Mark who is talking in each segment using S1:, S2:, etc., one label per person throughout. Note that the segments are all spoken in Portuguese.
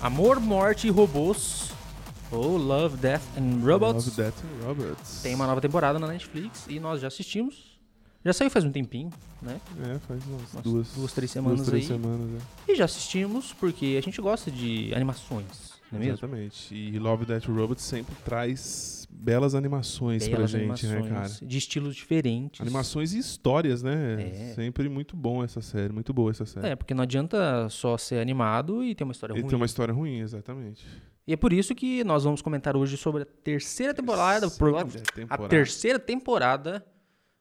S1: Amor, Morte e Robôs. Ou Love, Death and Robots.
S2: Love, Death and Robots.
S1: Tem uma nova temporada na Netflix e nós já assistimos. Já saiu faz um tempinho, né?
S2: É, faz umas
S1: Umas
S2: duas,
S1: duas, três semanas
S2: duas, três
S1: aí.
S2: semanas, é.
S1: E já assistimos porque a gente gosta de animações,
S2: é.
S1: não é mesmo?
S2: Exatamente. E Love, Death and Robots sempre traz belas animações pra
S1: Belas
S2: gente, né, cara?
S1: animações De estilos diferentes.
S2: Animações e histórias, né?
S1: É.
S2: Sempre muito bom essa série, muito boa essa série.
S1: É, porque não adianta só ser animado e ter uma história
S2: né? e um-
S1: ruim.
S2: tem uma história ruim, exatamente.
S1: E é por isso que nós vamos comentar hoje sobre a terceira temporada,
S2: Terceira
S1: pro-
S2: temporada.
S1: a terceira temporada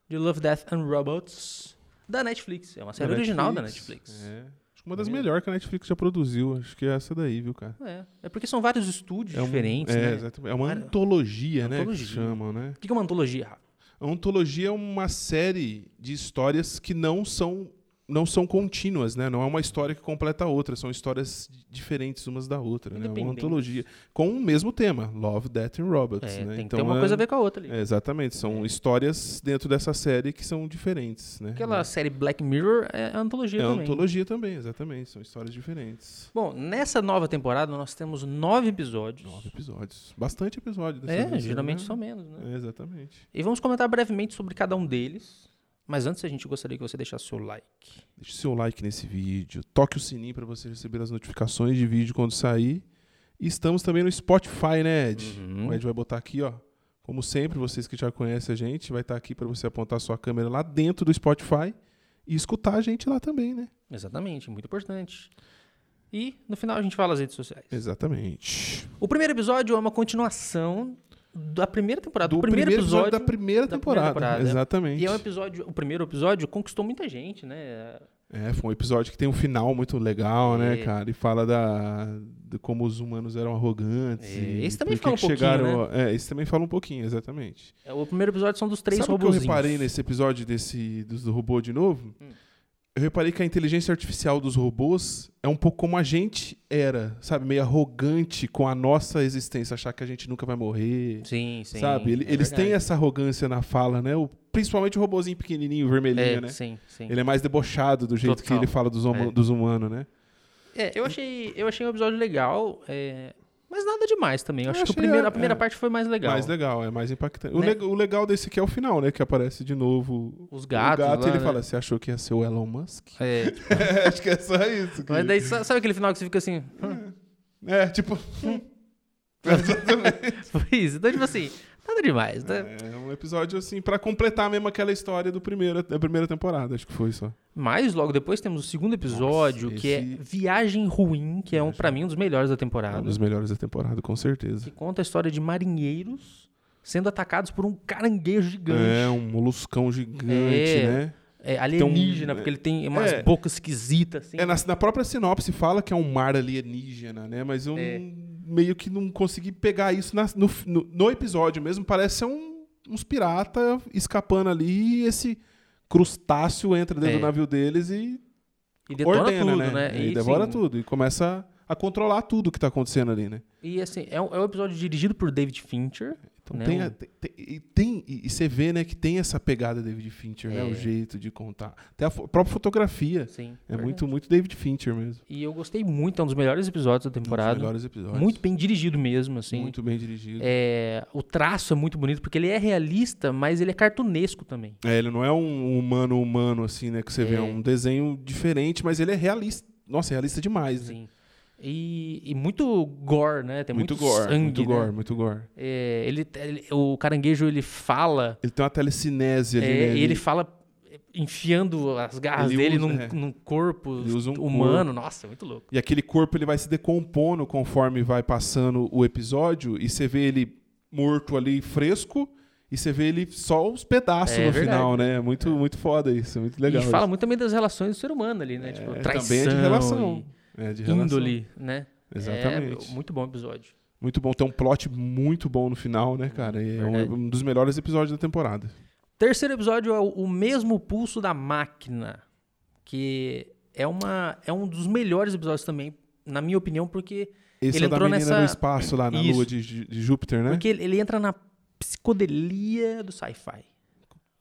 S1: de Love, Death and Robots da Netflix. É uma série
S2: Da
S1: original da Netflix.
S2: É. Acho que uma das
S1: Maneiro.
S2: melhores que a Netflix já produziu. Acho que é essa daí, viu, cara?
S1: É. é. porque são vários estúdios
S2: É um-
S1: diferentes,
S2: é,
S1: né?
S2: exatamente. É uma
S1: Cara,
S2: antologia,
S1: é
S2: né?
S1: antologia.
S2: Que chamam, né?
S1: O que é uma antologia, Rafa?
S2: A ontologia é uma série de histórias que não são não são contínuas, né? Não é uma história que completa a outra, são histórias diferentes umas da outra, né? É Uma
S1: Independentes.
S2: antologia com o mesmo tema, Love, Death and Robots,
S1: É,
S2: né?
S1: tem que ter uma coisa a ver com a outra ali.
S2: é, exatamente, são histórias dentro dessa série que são diferentes, né?
S1: Aquela série Black Mirror é antologia
S2: é
S1: também.
S2: antologia também, exatamente, são histórias diferentes.
S1: Bom, nessa nova temporada nós temos nove episódios.
S2: Nove episódios, bastante episódio. dessa
S1: É,
S2: vez,
S1: geralmente
S2: né?
S1: são menos, né?
S2: É, exatamente.
S1: E vamos comentar brevemente sobre cada um deles. Mas antes, a gente gostaria que você deixasse seu like.
S2: Deixe seu like nesse vídeo, toque o sininho para você receber as notificações de vídeo quando sair. E estamos também no Spotify, né, Ed?
S1: Uhum.
S2: O Ed vai botar aqui, ó. Como sempre, vocês que já conhecem a gente, vai estar aqui para você apontar sua câmera lá dentro do Spotify e escutar a gente lá também, né?
S1: Exatamente, muito importante. E no final a gente fala as redes sociais.
S2: É. Exatamente.
S1: O primeiro episódio é uma continuação da primeira temporada.
S2: Do
S1: o primeiro, episódio,
S2: da primeira
S1: da primeira
S2: temporada.
S1: temporada.
S2: Exatamente.
S1: E é um episódio, o primeiro episódio conquistou muita gente, né?
S2: É, foi um episódio que tem um final muito legal, né,
S1: É.
S2: cara? E fala da, de como os humanos eram arrogantes.
S1: É,
S2: e
S1: esse também
S2: por que
S1: fala um
S2: que
S1: pouquinho,
S2: chegaram a- É, esse também fala um pouquinho, exatamente.
S1: É, O primeiro episódio são dos três
S2: Sabe o que eu
S1: robozinhos.
S2: reparei nesse episódio desse, dos do robô de novo?
S1: Hum.
S2: Eu reparei que a inteligência artificial dos robôs é um pouco como a gente era, sabe? Meio arrogante com a nossa existência, achar que a gente nunca vai morrer,
S1: Sim, sim.
S2: sabe? Ele-
S1: é
S2: eles têm
S1: verdade.
S2: essa arrogância na fala, né? O- principalmente o robôzinho pequenininho, vermelhinho,
S1: É,
S2: né?
S1: sim, sim.
S2: Ele é mais debochado do jeito que
S1: Total.
S2: ele fala dos, homo-
S1: É.
S2: dos humanos, né?
S1: É, eu achei, eu achei um episódio legal, é, mas nada demais também. Eu
S2: Eu
S1: acho que o
S2: achei,
S1: primeiro-
S2: é,
S1: a primeira
S2: é.
S1: parte foi mais legal.
S2: Mais legal, é mais impactante. O,
S1: Né?
S2: le- o legal desse aqui é o final, né? Que aparece de novo
S1: Os
S2: o
S1: gatos.
S2: gato
S1: lá,
S2: e ele
S1: né?
S2: fala, você achou que ia ser o Elon Musk?
S1: É,
S2: Acho que é só isso.
S1: mas
S2: que-
S1: daí, sa- sabe aquele final que você fica assim? "Hum,
S2: É, tipo. Exatamente.
S1: Foi isso. Então, tipo assim, nada demais. Né?
S2: é um episódio assim, pra completar mesmo aquela história do primeiro, da primeira temporada, acho que foi só.
S1: Mas logo depois temos o segundo episódio,
S2: Nossa,
S1: que é
S2: esse-
S1: Viagem Ruim, que é, um,
S2: Viagem-
S1: pra mim um dos melhores da
S2: É um
S1: temporada.
S2: dos melhores da temporada, com
S1: Que
S2: certeza.
S1: conta a história de marinheiros sendo atacados por um caranguejo gigante.
S2: É, um moluscão gigante,
S1: É.
S2: né?
S1: É, alienígena, porque ele tem umas
S2: é.
S1: bocas esquisitas, assim.
S2: É, na, na própria sinopse fala que é um mar alienígena, né? Mas eu
S1: É.
S2: não- meio que não consegui pegar isso na- no, no- no episódio mesmo. Parece ser um- uns piratas escapando ali e esse crustáceo entra dentro
S1: É.
S2: do navio deles e
S1: e detona
S2: ordena,
S1: tudo,
S2: né?
S1: né?
S2: E,
S1: E,
S2: devora
S1: sim,
S2: tudo. E começa a controlar tudo que tá acontecendo ali, né?
S1: E assim, é um, é um episódio dirigido por David Fincher.
S2: Então
S1: né?
S2: tem,
S1: Um-
S2: a- tem- tem- e, tem- e- e você vê, né, que tem essa pegada David Fincher, né?
S1: É.
S2: O jeito de contar. Até a fo- própria fotografia.
S1: Sim,
S2: É
S1: verdade.
S2: muito, muito David Fincher mesmo.
S1: assim, né? E eu gostei muito, é um dos melhores episódios da
S2: Um dos
S1: temporada.
S2: melhores episódios.
S1: Muito bem dirigido mesmo, assim.
S2: Muito bem dirigido. É.
S1: É, o traço é muito bonito, porque ele é realista, mas ele é cartunesco também.
S2: ele não é um humano humano, assim, né? Que você vê, é um desenho diferente, mas ele é realista. Nossa, é realista demais, né?
S1: Sim. assim. E, e muito gore, né? Tem muito,
S2: Muito gore,
S1: sangue.
S2: muito
S1: né?
S2: gore, muito gore.
S1: É, ele, ele- o caranguejo ele fala,
S2: Ele tem uma telecinese ali,
S1: é,
S2: né?
S1: ele fala é, enfiando as garras
S2: Ele
S1: dele
S2: usa-
S1: num,
S2: é.
S1: num corpo
S2: Ele usa um
S1: humano. Nossa, é muito louco.
S2: E aquele corpo ele vai se decompondo conforme vai passando o episódio e você vê ele morto ali fresco e você vê ele só os pedaços
S1: É
S2: no
S1: verdade, É.
S2: final, né? Muito muito foda isso, muito legal.
S1: e fala muito também das relações do ser humano ali, né? tipo,
S2: É,
S1: traição.
S2: também é de relação. isso. É, de
S1: e
S2: relação.
S1: índole, né?
S2: Exatamente.
S1: É, muito bom episódio.
S2: Muito bom, tem um plot muito bom no final, né, cara? E É
S1: Verdade.
S2: um, um dos melhores episódios da temporada.
S1: Terceiro episódio é o, o mesmo pulso da máquina, que é uma é um dos melhores episódios também, na minha opinião, porque
S2: Esse
S1: Ele
S2: é da
S1: entrou
S2: menina
S1: nessa-
S2: no espaço lá na
S1: Isso.
S2: lua de, Jú- de Júpiter, né?
S1: porque ele, ele entra na psicodelia do sci-fi.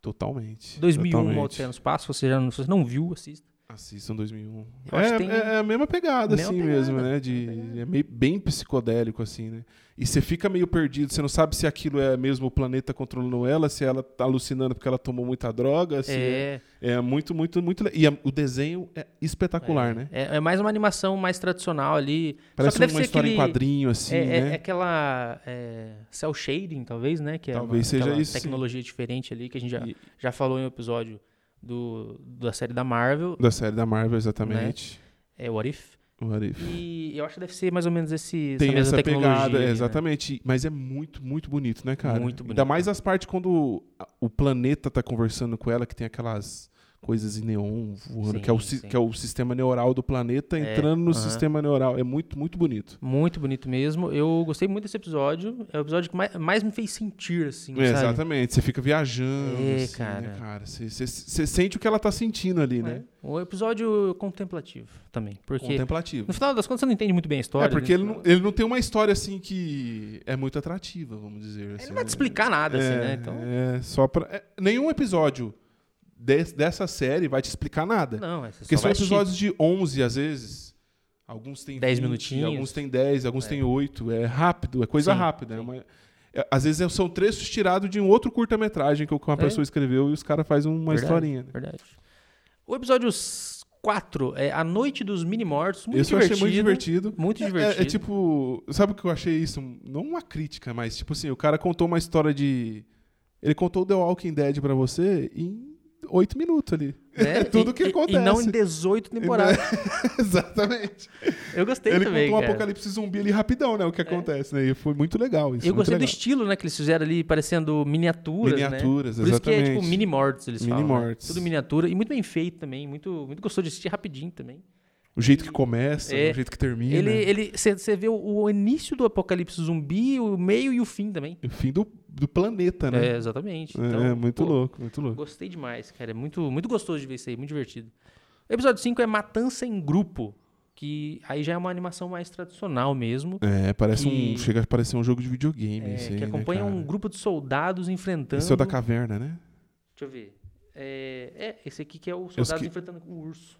S2: Totalmente.
S1: 2001
S2: totalmente.
S1: Uma Odisseia no Espaço, você já não, se você não viu, assista.
S2: Assistam 2001.
S1: Eu acho
S2: É,
S1: que tem-
S2: é a mesma pegada,
S1: Mesma
S2: assim
S1: pegada,
S2: mesmo, né? De, é meio, bem psicodélico, assim, né? E você fica meio perdido, você não sabe se aquilo é mesmo o planeta controlando ela, se ela tá alucinando porque ela tomou muita droga. Se é.
S1: É,
S2: é muito, muito, muito. le- E a- o desenho é espetacular, né?
S1: é, é mais uma animação mais tradicional ali. Só
S2: Parece
S1: que deve
S2: uma
S1: ser
S2: história
S1: aquele...
S2: em quadrinho, assim,
S1: é, é-
S2: né?
S1: é aquela é, cell shading, talvez, né? Que é
S2: Talvez
S1: uma,
S2: seja
S1: aquela
S2: isso, sim.
S1: tecnologia diferente ali que a gente já,
S2: E-
S1: já falou em um episódio do, da série da Marvel,
S2: Da série da Marvel, exatamente.
S1: é What If.
S2: What if?
S1: E eu acho que deve ser mais ou menos esse,
S2: Tem
S1: essa mesma
S2: essa,
S1: tecnologia.
S2: pegada,
S1: ali, né?
S2: exatamente. Mas é muito, muito bonito, né, cara?
S1: Muito bonito.
S2: Ainda mais as partes quando a- o planeta tá conversando com ela, que tem aquelas coisas em neon voando,
S1: Sim,
S2: que, é o, si-
S1: sim.
S2: que é o sistema neural do planeta
S1: É,
S2: entrando no
S1: aham.
S2: sistema neural. É muito, muito bonito.
S1: Muito bonito mesmo. Eu gostei muito desse episódio. É o episódio que mais, mais me fez sentir, assim,
S2: É,
S1: sabe?
S2: exatamente. Você fica viajando,
S1: É,
S2: assim,
S1: cara.
S2: né, cara? Você, você- você sente o que ela tá sentindo ali, né?
S1: É, O episódio contemplativo também. Porque
S2: Contemplativo.
S1: no final das contas você não entende muito bem a história.
S2: É, porque
S1: né?
S2: ele não, ele não tem uma história, assim, que é muito atrativa, vamos dizer assim.
S1: Ele não vai te
S2: né?
S1: explicar nada, assim, né? Então,
S2: é, só pra, é, nenhum episódio des- dessa série vai te explicar nada.
S1: não, é só
S2: porque são
S1: vai assistir.
S2: episódios de 11, às vezes. Alguns têm
S1: 10
S2: 20,
S1: minutinhos.
S2: Alguns têm 10, alguns têm 8. É rápido, é coisa
S1: Sim,
S2: rápida. é
S1: sim.
S2: uma- é, às vezes é- são trechos tirados de um outro curta-metragem que uma
S1: É.
S2: pessoa escreveu e os caras fazem uma
S1: Verdade.
S2: historinha. né?
S1: É Verdade. O episódio 4 é A Noite dos Mini-Mortos. Muito
S2: Isso eu
S1: divertido.
S2: achei muito divertido.
S1: Muito
S2: É- é-
S1: divertido.
S2: É, tipo, sabe o que eu achei isso? Não uma crítica, mas tipo assim, o cara contou uma história de. Ele contou The Walking Dead pra você em oito minutos ali.
S1: né?
S2: é tudo
S1: E-
S2: que
S1: e- E
S2: acontece.
S1: não em 18 temporadas.
S2: Exatamente.
S1: Eu gostei
S2: ele
S1: também,
S2: contou um
S1: cara. É.
S2: apocalipse zumbi ali rapidão, né? O que acontece, né? E foi muito legal isso.
S1: Eu
S2: muito
S1: gostei do
S2: legal.
S1: estilo, né? Que eles fizeram ali, parecendo miniaturas, né?
S2: Miniaturas,
S1: Por isso que
S2: exatamente.
S1: é tipo mini mortos, eles
S2: Mini
S1: falam. né?
S2: mortos.
S1: Tudo miniatura. E muito bem feito também. Muito, muito gostoso de assistir rapidinho também.
S2: O jeito que começa,
S1: É.
S2: o jeito que termina.
S1: Ele, ele, você vê o, o início do apocalipse zumbi, o meio e o fim também.
S2: O fim do, do planeta, né?
S1: É, exatamente.
S2: É,
S1: Então,
S2: é, muito
S1: pô,
S2: louco, muito louco.
S1: Gostei demais, cara. É muito, muito gostoso de ver isso aí, muito divertido. O episódio 5 é Matança em Grupo, que aí já é uma animação mais tradicional mesmo.
S2: É, parece
S1: Que-
S2: um. Chega a parecer um jogo de videogame.
S1: é,
S2: isso aí,
S1: que
S2: né,
S1: acompanha
S2: cara?
S1: um grupo de soldados enfrentando.
S2: Esse é o da caverna, né?
S1: Deixa eu ver. É, é, esse aqui que é o
S2: Esse
S1: soldado
S2: que-
S1: enfrentando o urso.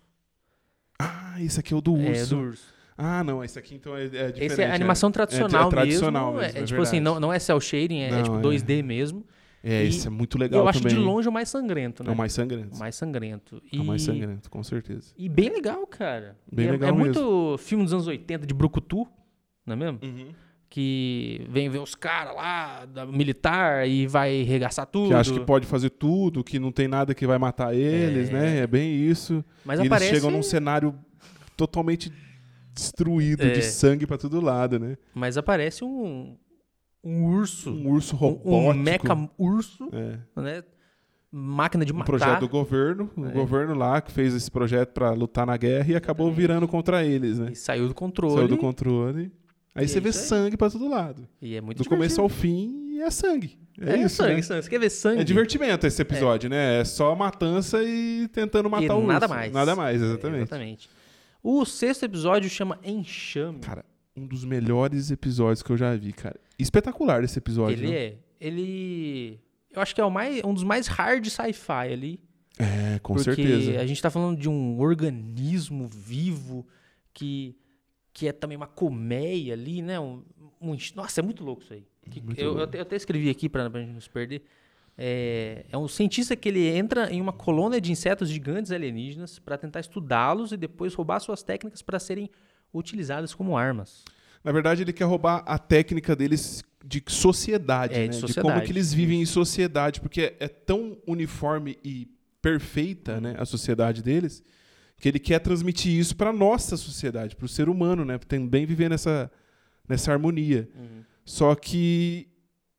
S2: Ah, esse aqui é o do
S1: É,
S2: urso.
S1: do urso.
S2: Ah, não, esse aqui então é, é diferente.
S1: Esse é
S2: né?
S1: animação tradicional,
S2: tradicional
S1: mesmo.
S2: mesmo,
S1: é,
S2: é
S1: tipo assim,
S2: verdade.
S1: não, não é cel shading, é, é
S2: Não,
S1: tipo
S2: é.
S1: 2D mesmo.
S2: É,
S1: E
S2: esse é muito
S1: E eu
S2: legal
S1: acho
S2: também.
S1: de longe o mais sangrento, né?
S2: É o mais sangrante.
S1: mais sangrento. E,
S2: É o mais sangrento, com certeza.
S1: e bem legal, cara.
S2: Bem
S1: é,
S2: legal
S1: é
S2: mesmo.
S1: muito filme dos anos 80 de Brucutu, não é mesmo? Que vem ver os caras lá, da militar, e vai regaçar tudo.
S2: Que acha que pode fazer tudo, que não tem nada que vai matar eles, né? É bem isso.
S1: Mas
S2: e eles
S1: aparece,
S2: chegam num cenário totalmente destruído
S1: É.
S2: de sangue pra todo lado, né?
S1: mas aparece um, um urso.
S2: Um urso robótico.
S1: um, um mecha urso.
S2: É.
S1: né? Máquina de
S2: Um
S1: matar.
S2: projeto do governo, o
S1: É.
S2: governo lá que fez esse projeto pra lutar na guerra e acabou virando contra eles, né?
S1: E saiu do controle.
S2: Saiu do controle. Aí
S1: E
S2: você
S1: é
S2: vê
S1: isso aí.
S2: sangue pra todo lado.
S1: E é muito
S2: Do começo ao fim é sangue. É, isso.
S1: sangue,
S2: né?
S1: sangue. Você quer ver sangue?
S2: É divertimento esse episódio, né? É só matança e tentando matar o urso.
S1: nada mais. É,
S2: Nada mais, exatamente.
S1: Exatamente. O sexto episódio chama Enxame.
S2: Cara, um dos melhores episódios que eu já vi, cara. Espetacular esse episódio.
S1: ele
S2: né?
S1: é. Ele. Eu acho que é o mais, um dos mais hard sci-fi ali.
S2: é... com
S1: porque
S2: certeza.
S1: a gente tá falando de um organismo vivo que, que é também uma colmeia ali, né? Um, um ins- nossa, é muito louco isso aí. Que-
S2: Muito
S1: eu, eu
S2: louco.
S1: até- eu até escrevi aqui pra, pra gente não se perder. É, é um cientista que ele entra em uma colônia de insetos gigantes alienígenas para tentar estudá-los e depois roubar suas técnicas para serem utilizadas como armas.
S2: Na verdade, ele quer roubar a técnica deles de sociedade,
S1: É, de
S2: né?
S1: sociedade.
S2: como que eles vivem em sociedade, porque é- é tão uniforme e perfeita, né, a sociedade deles, que ele quer transmitir isso pra nossa sociedade, pro ser humano, né, também viver nessa nessa harmonia.
S1: Uhum.
S2: Só que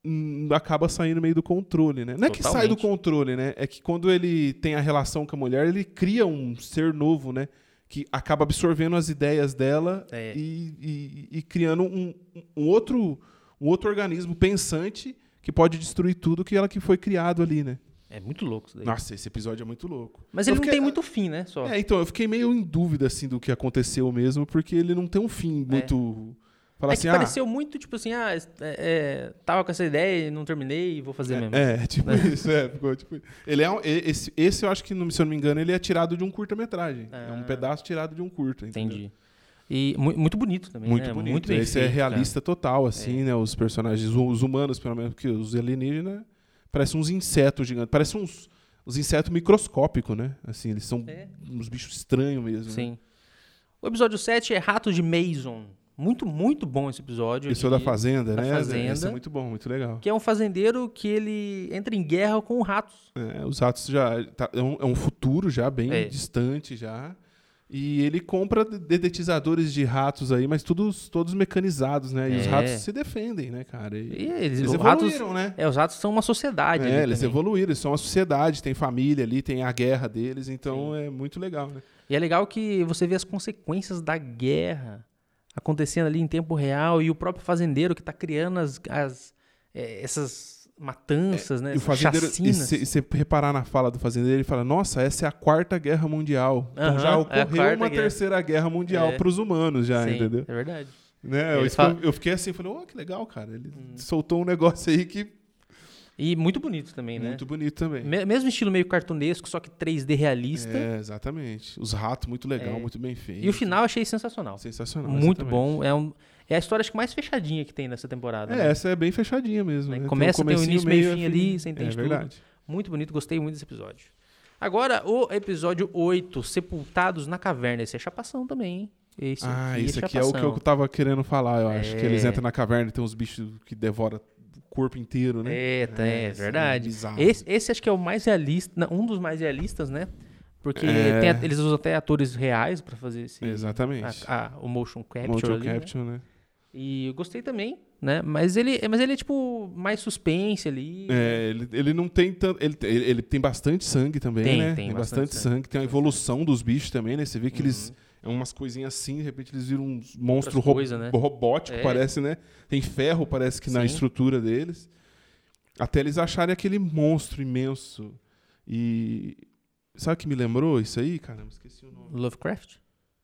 S2: hum, acaba saindo meio do controle, né? Não é que sai do
S1: Totalmente.
S2: controle, né? É que quando ele tem a relação com a mulher, ele cria um ser novo, né? Que acaba absorvendo as ideias dela
S1: É.
S2: e, e- e criando um, um outro, um outro organismo pensante que pode destruir tudo que ela que foi criado ali, né?
S1: É muito louco isso daí.
S2: Nossa, esse episódio é muito louco. É,
S1: Mas
S2: Eu
S1: ele não
S2: fiquei-
S1: tem muito fim, né? Só.
S2: É, então, eu fiquei meio em dúvida, assim, do que aconteceu mesmo, porque ele não tem um fim muito Falar
S1: é
S2: assim,
S1: que
S2: ah,
S1: pareceu muito, tipo assim, ah, es- é, é, tava com essa ideia e não terminei e vou fazer mesmo.
S2: É, tipo isso, é. Ficou, tipo, ele é um- e- esse, esse eu acho que, se eu não me engano, ele é tirado de um curta-metragem. É um
S1: Ah.
S2: pedaço tirado de um curto. entendeu?
S1: Entendi. E mu- muito bonito também,
S2: Muito
S1: né?
S2: bonito.
S1: Muito bem
S2: esse é
S1: feito, cara. É.
S2: realista total, assim, né? Os personagens, os humanos, pelo menos, porque os alienígenas parecem uns insetos gigantes. Parecem uns, uns insetos microscópicos, né? Assim, eles são
S1: É.
S2: uns bichos estranhos mesmo. né?
S1: Sim. O episódio 7 é Ratos de Mason. Muito, muito bom esse episódio.
S2: Isso é
S1: aqui,
S2: da Fazenda,
S1: Da
S2: né?
S1: Fazenda.
S2: Esse é muito bom, muito legal.
S1: Que é um fazendeiro que ele entra em guerra com ratos.
S2: É, os ratos já. tá- é, um, é um futuro já bem
S1: É.
S2: distante já. E ele compra de- dedetizadores de ratos aí, mas todos, todos mecanizados, né? E os
S1: É.
S2: ratos se defendem, né, cara? E-
S1: E eles,
S2: eles
S1: os
S2: evoluíram,
S1: ratos,
S2: né?
S1: é, os ratos são uma sociedade. ali
S2: É, eles
S1: também.
S2: evoluíram, eles são uma sociedade, tem família ali, tem a guerra deles, então é muito legal, né?
S1: E é legal que você vê as consequências da guerra acontecendo ali em tempo real e o próprio fazendeiro que tá criando as, as, é, essas matanças, né?
S2: É, E o
S1: Essas
S2: fazendeiro, e
S1: chacinas.
S2: se e se reparar na fala do fazendeiro, ele fala: Nossa, essa é a quarta guerra mundial. Então
S1: Aham, é
S2: já
S1: a
S2: ocorreu
S1: quarta
S2: uma
S1: guerra.
S2: terceira guerra mundial
S1: É.
S2: para os humanos, já,
S1: Sim,
S2: entendeu?
S1: É verdade.
S2: Né?
S1: Ele
S2: Eu, isso
S1: fala-
S2: que eu- eu fiquei assim, falei, oh, que legal, cara. Ele
S1: Hum.
S2: soltou um negócio aí que
S1: E muito bonito também, né?
S2: muito bonito também.
S1: Me- Mesmo estilo meio cartunesco, só que 3D realista.
S2: É, exatamente. Os ratos, muito legal,
S1: É.
S2: muito bem feito.
S1: E o final eu achei sensacional.
S2: Sensacional.
S1: Muito
S2: exatamente.
S1: bom. É, um, é a história acho que mais fechadinha que tem nessa temporada.
S2: É,
S1: né?
S2: essa é bem fechadinha mesmo.
S1: Né?
S2: né?
S1: Começa, tem o
S2: comecinho,
S1: início, meio e fim
S2: e
S1: ali, você entende
S2: é
S1: tudo.
S2: verdade.
S1: Muito bonito, gostei muito desse episódio. Agora, o episódio 8, Sepultados na Caverna. Esse é chapação também, hein? Esse
S2: ah,
S1: aqui
S2: isso
S1: é
S2: aqui é o que eu
S1: chapação.
S2: tava querendo falar, eu acho. Que eles
S1: É.
S2: entram na caverna e tem uns bichos que devoram o corpo inteiro, né?
S1: É, tá, é,
S2: isso
S1: verdade.
S2: bizarro.
S1: Esse, esse acho que é o mais realista, não, um dos mais realistas, né? Porque
S2: É.
S1: tem a- eles usam até atores reais pra fazer esse,
S2: Exatamente.
S1: a- a- o motion capture.
S2: Motion
S1: ali, né?
S2: Capture, né?
S1: E eu gostei também, né? Mas ele, mas ele é tipo mais suspense ali.
S2: É, ele, ele não tem tanto. Ele, ele ele tem bastante sangue também,
S1: Tem,
S2: né?
S1: tem
S2: bastante,
S1: bastante
S2: sangue. Tem a evolução dos bichos também, né? Você vê que eles. É umas coisinhas assim, de repente eles viram uns monstros ro
S1: coisa, né?
S2: robótico,
S1: É.
S2: parece, né? Tem ferro, parece que na
S1: Sim.
S2: estrutura deles. Até eles acharem aquele monstro imenso. E. Sabe o que me lembrou isso aí? Caramba, esqueci o nome.
S1: Lovecraft?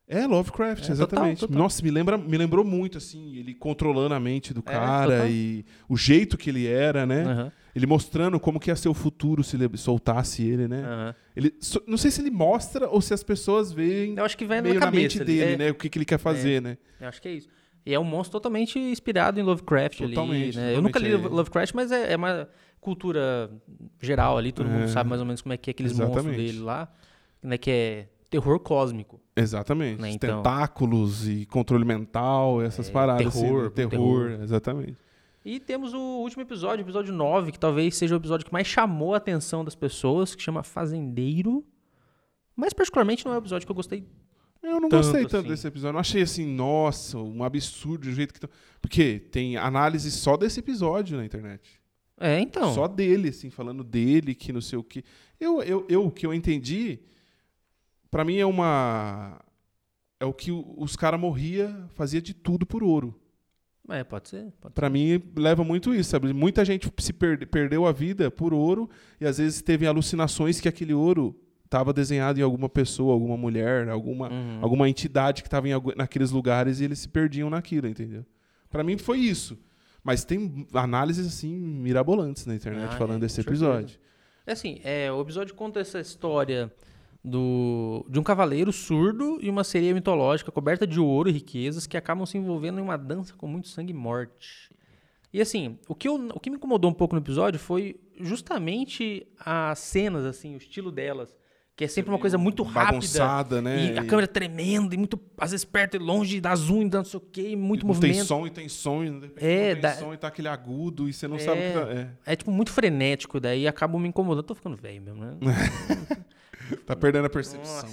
S2: É, Lovecraft,
S1: É,
S2: exatamente.
S1: total, total.
S2: Nossa, me, lembra, me lembrou muito, assim, ele controlando a mente do
S1: É,
S2: cara
S1: total. Uhum.
S2: e o jeito que ele era, né?
S1: Aham,
S2: Ele mostrando como que ia ser o futuro se ele soltasse ele, né?
S1: aham.
S2: Ele, so- não sei se ele mostra ou se as pessoas veem
S1: Eu acho que vai é
S2: meio
S1: na
S2: na,
S1: cabeça
S2: mente
S1: ali.
S2: dele,
S1: É,
S2: né? O que, que ele quer fazer, né?
S1: Eu acho que é isso. E é um monstro totalmente inspirado em Lovecraft ali,
S2: Totalmente,
S1: né? Eu nunca li
S2: totalmente, é.
S1: Lovecraft, mas é, é uma cultura geral ali, todo mundo
S2: É.
S1: sabe mais ou menos como é que é aqueles monstros
S2: Exatamente.
S1: dele lá, né? Que é terror cósmico.
S2: Exatamente.
S1: Né,
S2: Os
S1: então-
S2: Tentáculos e controle mental, essas
S1: É,
S2: paradas.
S1: terror,
S2: assim, né?
S1: terror.
S2: terror, exatamente.
S1: E temos o último episódio, episódio 9, que talvez seja o episódio que mais chamou a atenção das pessoas, que chama Fazendeiro. Mas particularmente não é o episódio que eu gostei
S2: Eu não
S1: Tanto
S2: gostei tanto
S1: assim.
S2: desse episódio. Não achei assim, nossa, um absurdo o jeito que. tão- Porque tem análise só desse episódio na internet.
S1: É, então.
S2: Só dele, assim, falando dele, que não sei o que. Eu, eu, eu o que eu entendi, pra mim é uma. É o que o- os caras morria, fazia de tudo por ouro.
S1: É, pode ser. pode
S2: Pra mim leva muito isso, sabe? Muita gente se perde- perdeu a vida por ouro e às vezes teve alucinações que aquele ouro estava desenhado em alguma pessoa, alguma mulher, alguma,
S1: ser. Uhum.
S2: alguma entidade que estava em algu- naqueles lugares e eles se perdiam naquilo, entendeu? Pra mim foi isso. Mas tem análises assim mirabolantes na internet
S1: Ah, é,
S2: falando
S1: com
S2: desse
S1: certeza.
S2: episódio.
S1: É assim, é, o episódio conta essa história do, de um cavaleiro surdo e uma sereia mitológica coberta de ouro e riquezas que acabam se envolvendo em uma dança com muito sangue e morte. E assim, o que, eu- o que me incomodou um pouco no episódio foi justamente as cenas, assim, o estilo delas, que é sempre uma coisa muito rápida.
S2: Bagunçada, né?
S1: E a câmera tremendo, e muito, às vezes perto e longe, dá zoom, dá não sei o quê, e é muito
S2: não
S1: movimento.
S2: Tem som e tem som, e de repente
S1: É,
S2: não tem
S1: dá-
S2: som e tá aquele agudo e você não sabe o que tá, é.
S1: É tipo muito frenético, daí acabo me incomodando. Tô ficando velho mesmo, né?
S2: Tá perdendo a percepção.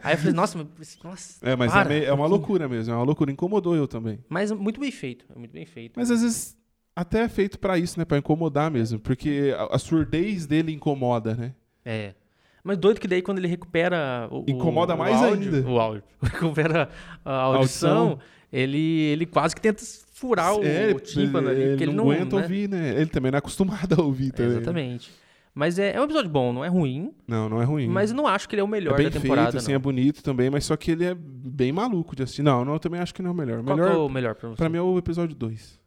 S1: Aí eu falei, nossa, mas, nossa
S2: É, mas é,
S1: para.
S2: meio- é uma loucura mesmo, é uma loucura, incomodou eu também.
S1: Mas é muito bem feito, é muito bem feito.
S2: Mas às vezes até é feito pra isso, né, Pra incomodar mesmo, porque a, a surdez dele incomoda, né?
S1: É. Mas doido que daí quando ele recupera o o-
S2: Incomoda
S1: o
S2: mais
S1: áudio-
S2: ainda.
S1: O áudio. Recupera a audição, ele, ele quase que tenta furar o,
S2: É,
S1: o tímpano ali,
S2: ele
S1: porque ele não,
S2: aguenta
S1: né?
S2: ouvir, né? Ele também não é acostumado a ouvir
S1: É,
S2: também. né?
S1: exatamente. Mas é, é um episódio bom, não é ruim,
S2: Não, não é ruim.
S1: mas eu não acho que ele é o melhor
S2: é bem
S1: da temporada.
S2: feito, assim,
S1: não.
S2: é bonito também, mas só que ele é bem maluco de assistir. Não, não eu também acho que não é o melhor. O
S1: Qual
S2: melhor,
S1: que é o melhor pra você?
S2: pra mim, é o episódio 2.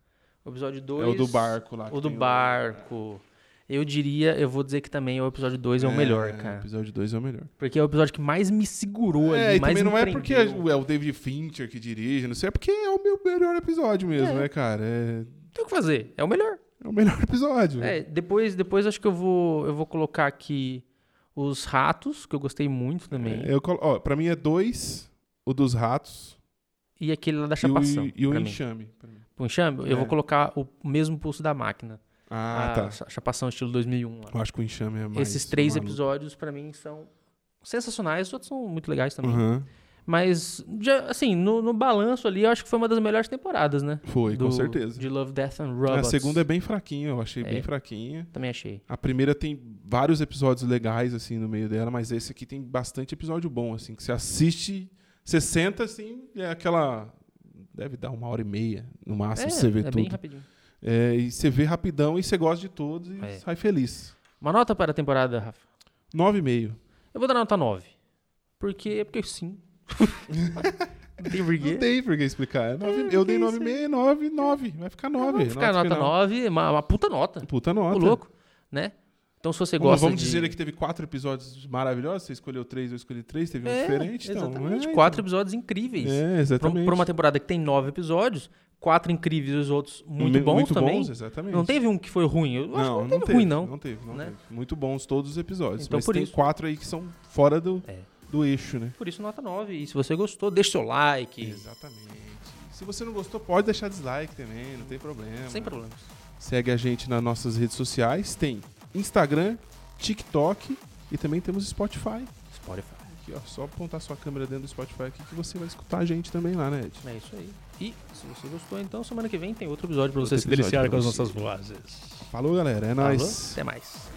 S1: o episódio
S2: É
S1: 2.
S2: o do barco lá. que
S1: O do
S2: tem
S1: barco. Eu diria, eu vou dizer que também o episódio 2 é, o melhor,
S2: O
S1: cara.
S2: episódio 2 é o melhor.
S1: Porque é o episódio que mais me segurou
S2: é,
S1: ali,
S2: e
S1: mais
S2: também não
S1: me
S2: é porque é
S1: prendeu.
S2: o é o David Fincher que dirige, não sei, é porque é o meu melhor episódio mesmo, né, cara? É,
S1: Tem o que fazer, é o melhor.
S2: é o melhor episódio.
S1: É, depois, depois acho que eu vou, eu vou colocar aqui os ratos, que eu gostei muito também.
S2: É, eu colo- ó, pra mim é dois, o dos ratos
S1: E aquele lá da
S2: e o,
S1: chapação.
S2: e o
S1: pra mim.
S2: enxame. pra mim.
S1: O enxame, eu
S2: É.
S1: vou colocar o mesmo pulso da máquina. a
S2: Ah, tá.
S1: cha- chapação estilo 2001. lá.
S2: Eu acho que o enxame é mais.
S1: Esses três
S2: maluco.
S1: episódios, pra mim, são sensacionais. Os outros são muito legais também.
S2: Aham.
S1: Mas, já, assim, no, no balanço ali, eu acho que foi uma das melhores temporadas, né?
S2: Foi,
S1: Do-
S2: com certeza.
S1: De Love, Death and
S2: A
S1: Robots.
S2: segunda é bem fraquinha, eu achei
S1: É.
S2: bem fraquinha.
S1: Também achei.
S2: A primeira tem vários episódios legais, assim, no meio dela, mas esse aqui tem bastante episódio bom, assim, que você assiste, você senta, assim, é aquela... Deve dar uma hora e meia, no máximo,
S1: é,
S2: você vê
S1: é bem
S2: tudo.
S1: rapidinho.
S2: É, e você vê rapidão e você gosta de todos e
S1: É.
S2: sai feliz.
S1: Uma nota para a temporada, Rafa?
S2: Nove e meio.
S1: Eu vou dar nota 9. Porque, É porque sim. Não tem
S2: Não
S1: porquê.
S2: tem por que explicar. É nove-
S1: É,
S2: eu
S1: que
S2: dei
S1: isso
S2: nove e
S1: aí.
S2: meio, nove, nove. Vai ficar nove.
S1: Vamos ficar nota
S2: final.
S1: 9, uma, uma puta nota.
S2: Puta nota.
S1: Ô, louco, né? Então, se você
S2: Vamos-
S1: gosta
S2: vamos
S1: de...
S2: dizer que teve quatro episódios maravilhosos. Você escolheu três, eu escolhi três, teve um
S1: É,
S2: diferente. Então,
S1: exatamente,
S2: é,
S1: quatro episódios incríveis.
S2: É,
S1: Pra
S2: exatamente.
S1: pra uma temporada que tem nove episódios, quatro incríveis e os outros muito
S2: Me-
S1: bons também.
S2: bons, exatamente.
S1: não teve um que foi ruim. Eu acho
S2: Não,
S1: que não teve ruim, não.
S2: Não teve, não
S1: né?
S2: teve. Muito bons todos os episódios.
S1: Então,
S2: mas
S1: por
S2: tem
S1: isso.
S2: quatro aí que são fora do,
S1: É.
S2: do eixo, né?
S1: Por isso, nota 9. E se você gostou, deixa seu like.
S2: Exatamente. Se você não gostou, pode deixar dislike também, não tem problema.
S1: Sem problemas.
S2: Segue a gente nas nossas redes sociais. Tem Instagram, TikTok e também temos Spotify.
S1: Spotify.
S2: Aqui, ó, só apontar sua câmera dentro do Spotify aqui que você vai escutar a gente também lá, né, Ed?
S1: É isso aí. E se você gostou, então semana que vem tem outro episódio pra
S2: Outro
S1: você se
S2: episódio
S1: deliciar
S2: pra
S1: com as
S2: você.
S1: nossas vozes.
S2: Falou, galera. É
S1: Falou?
S2: nóis.
S1: Até mais.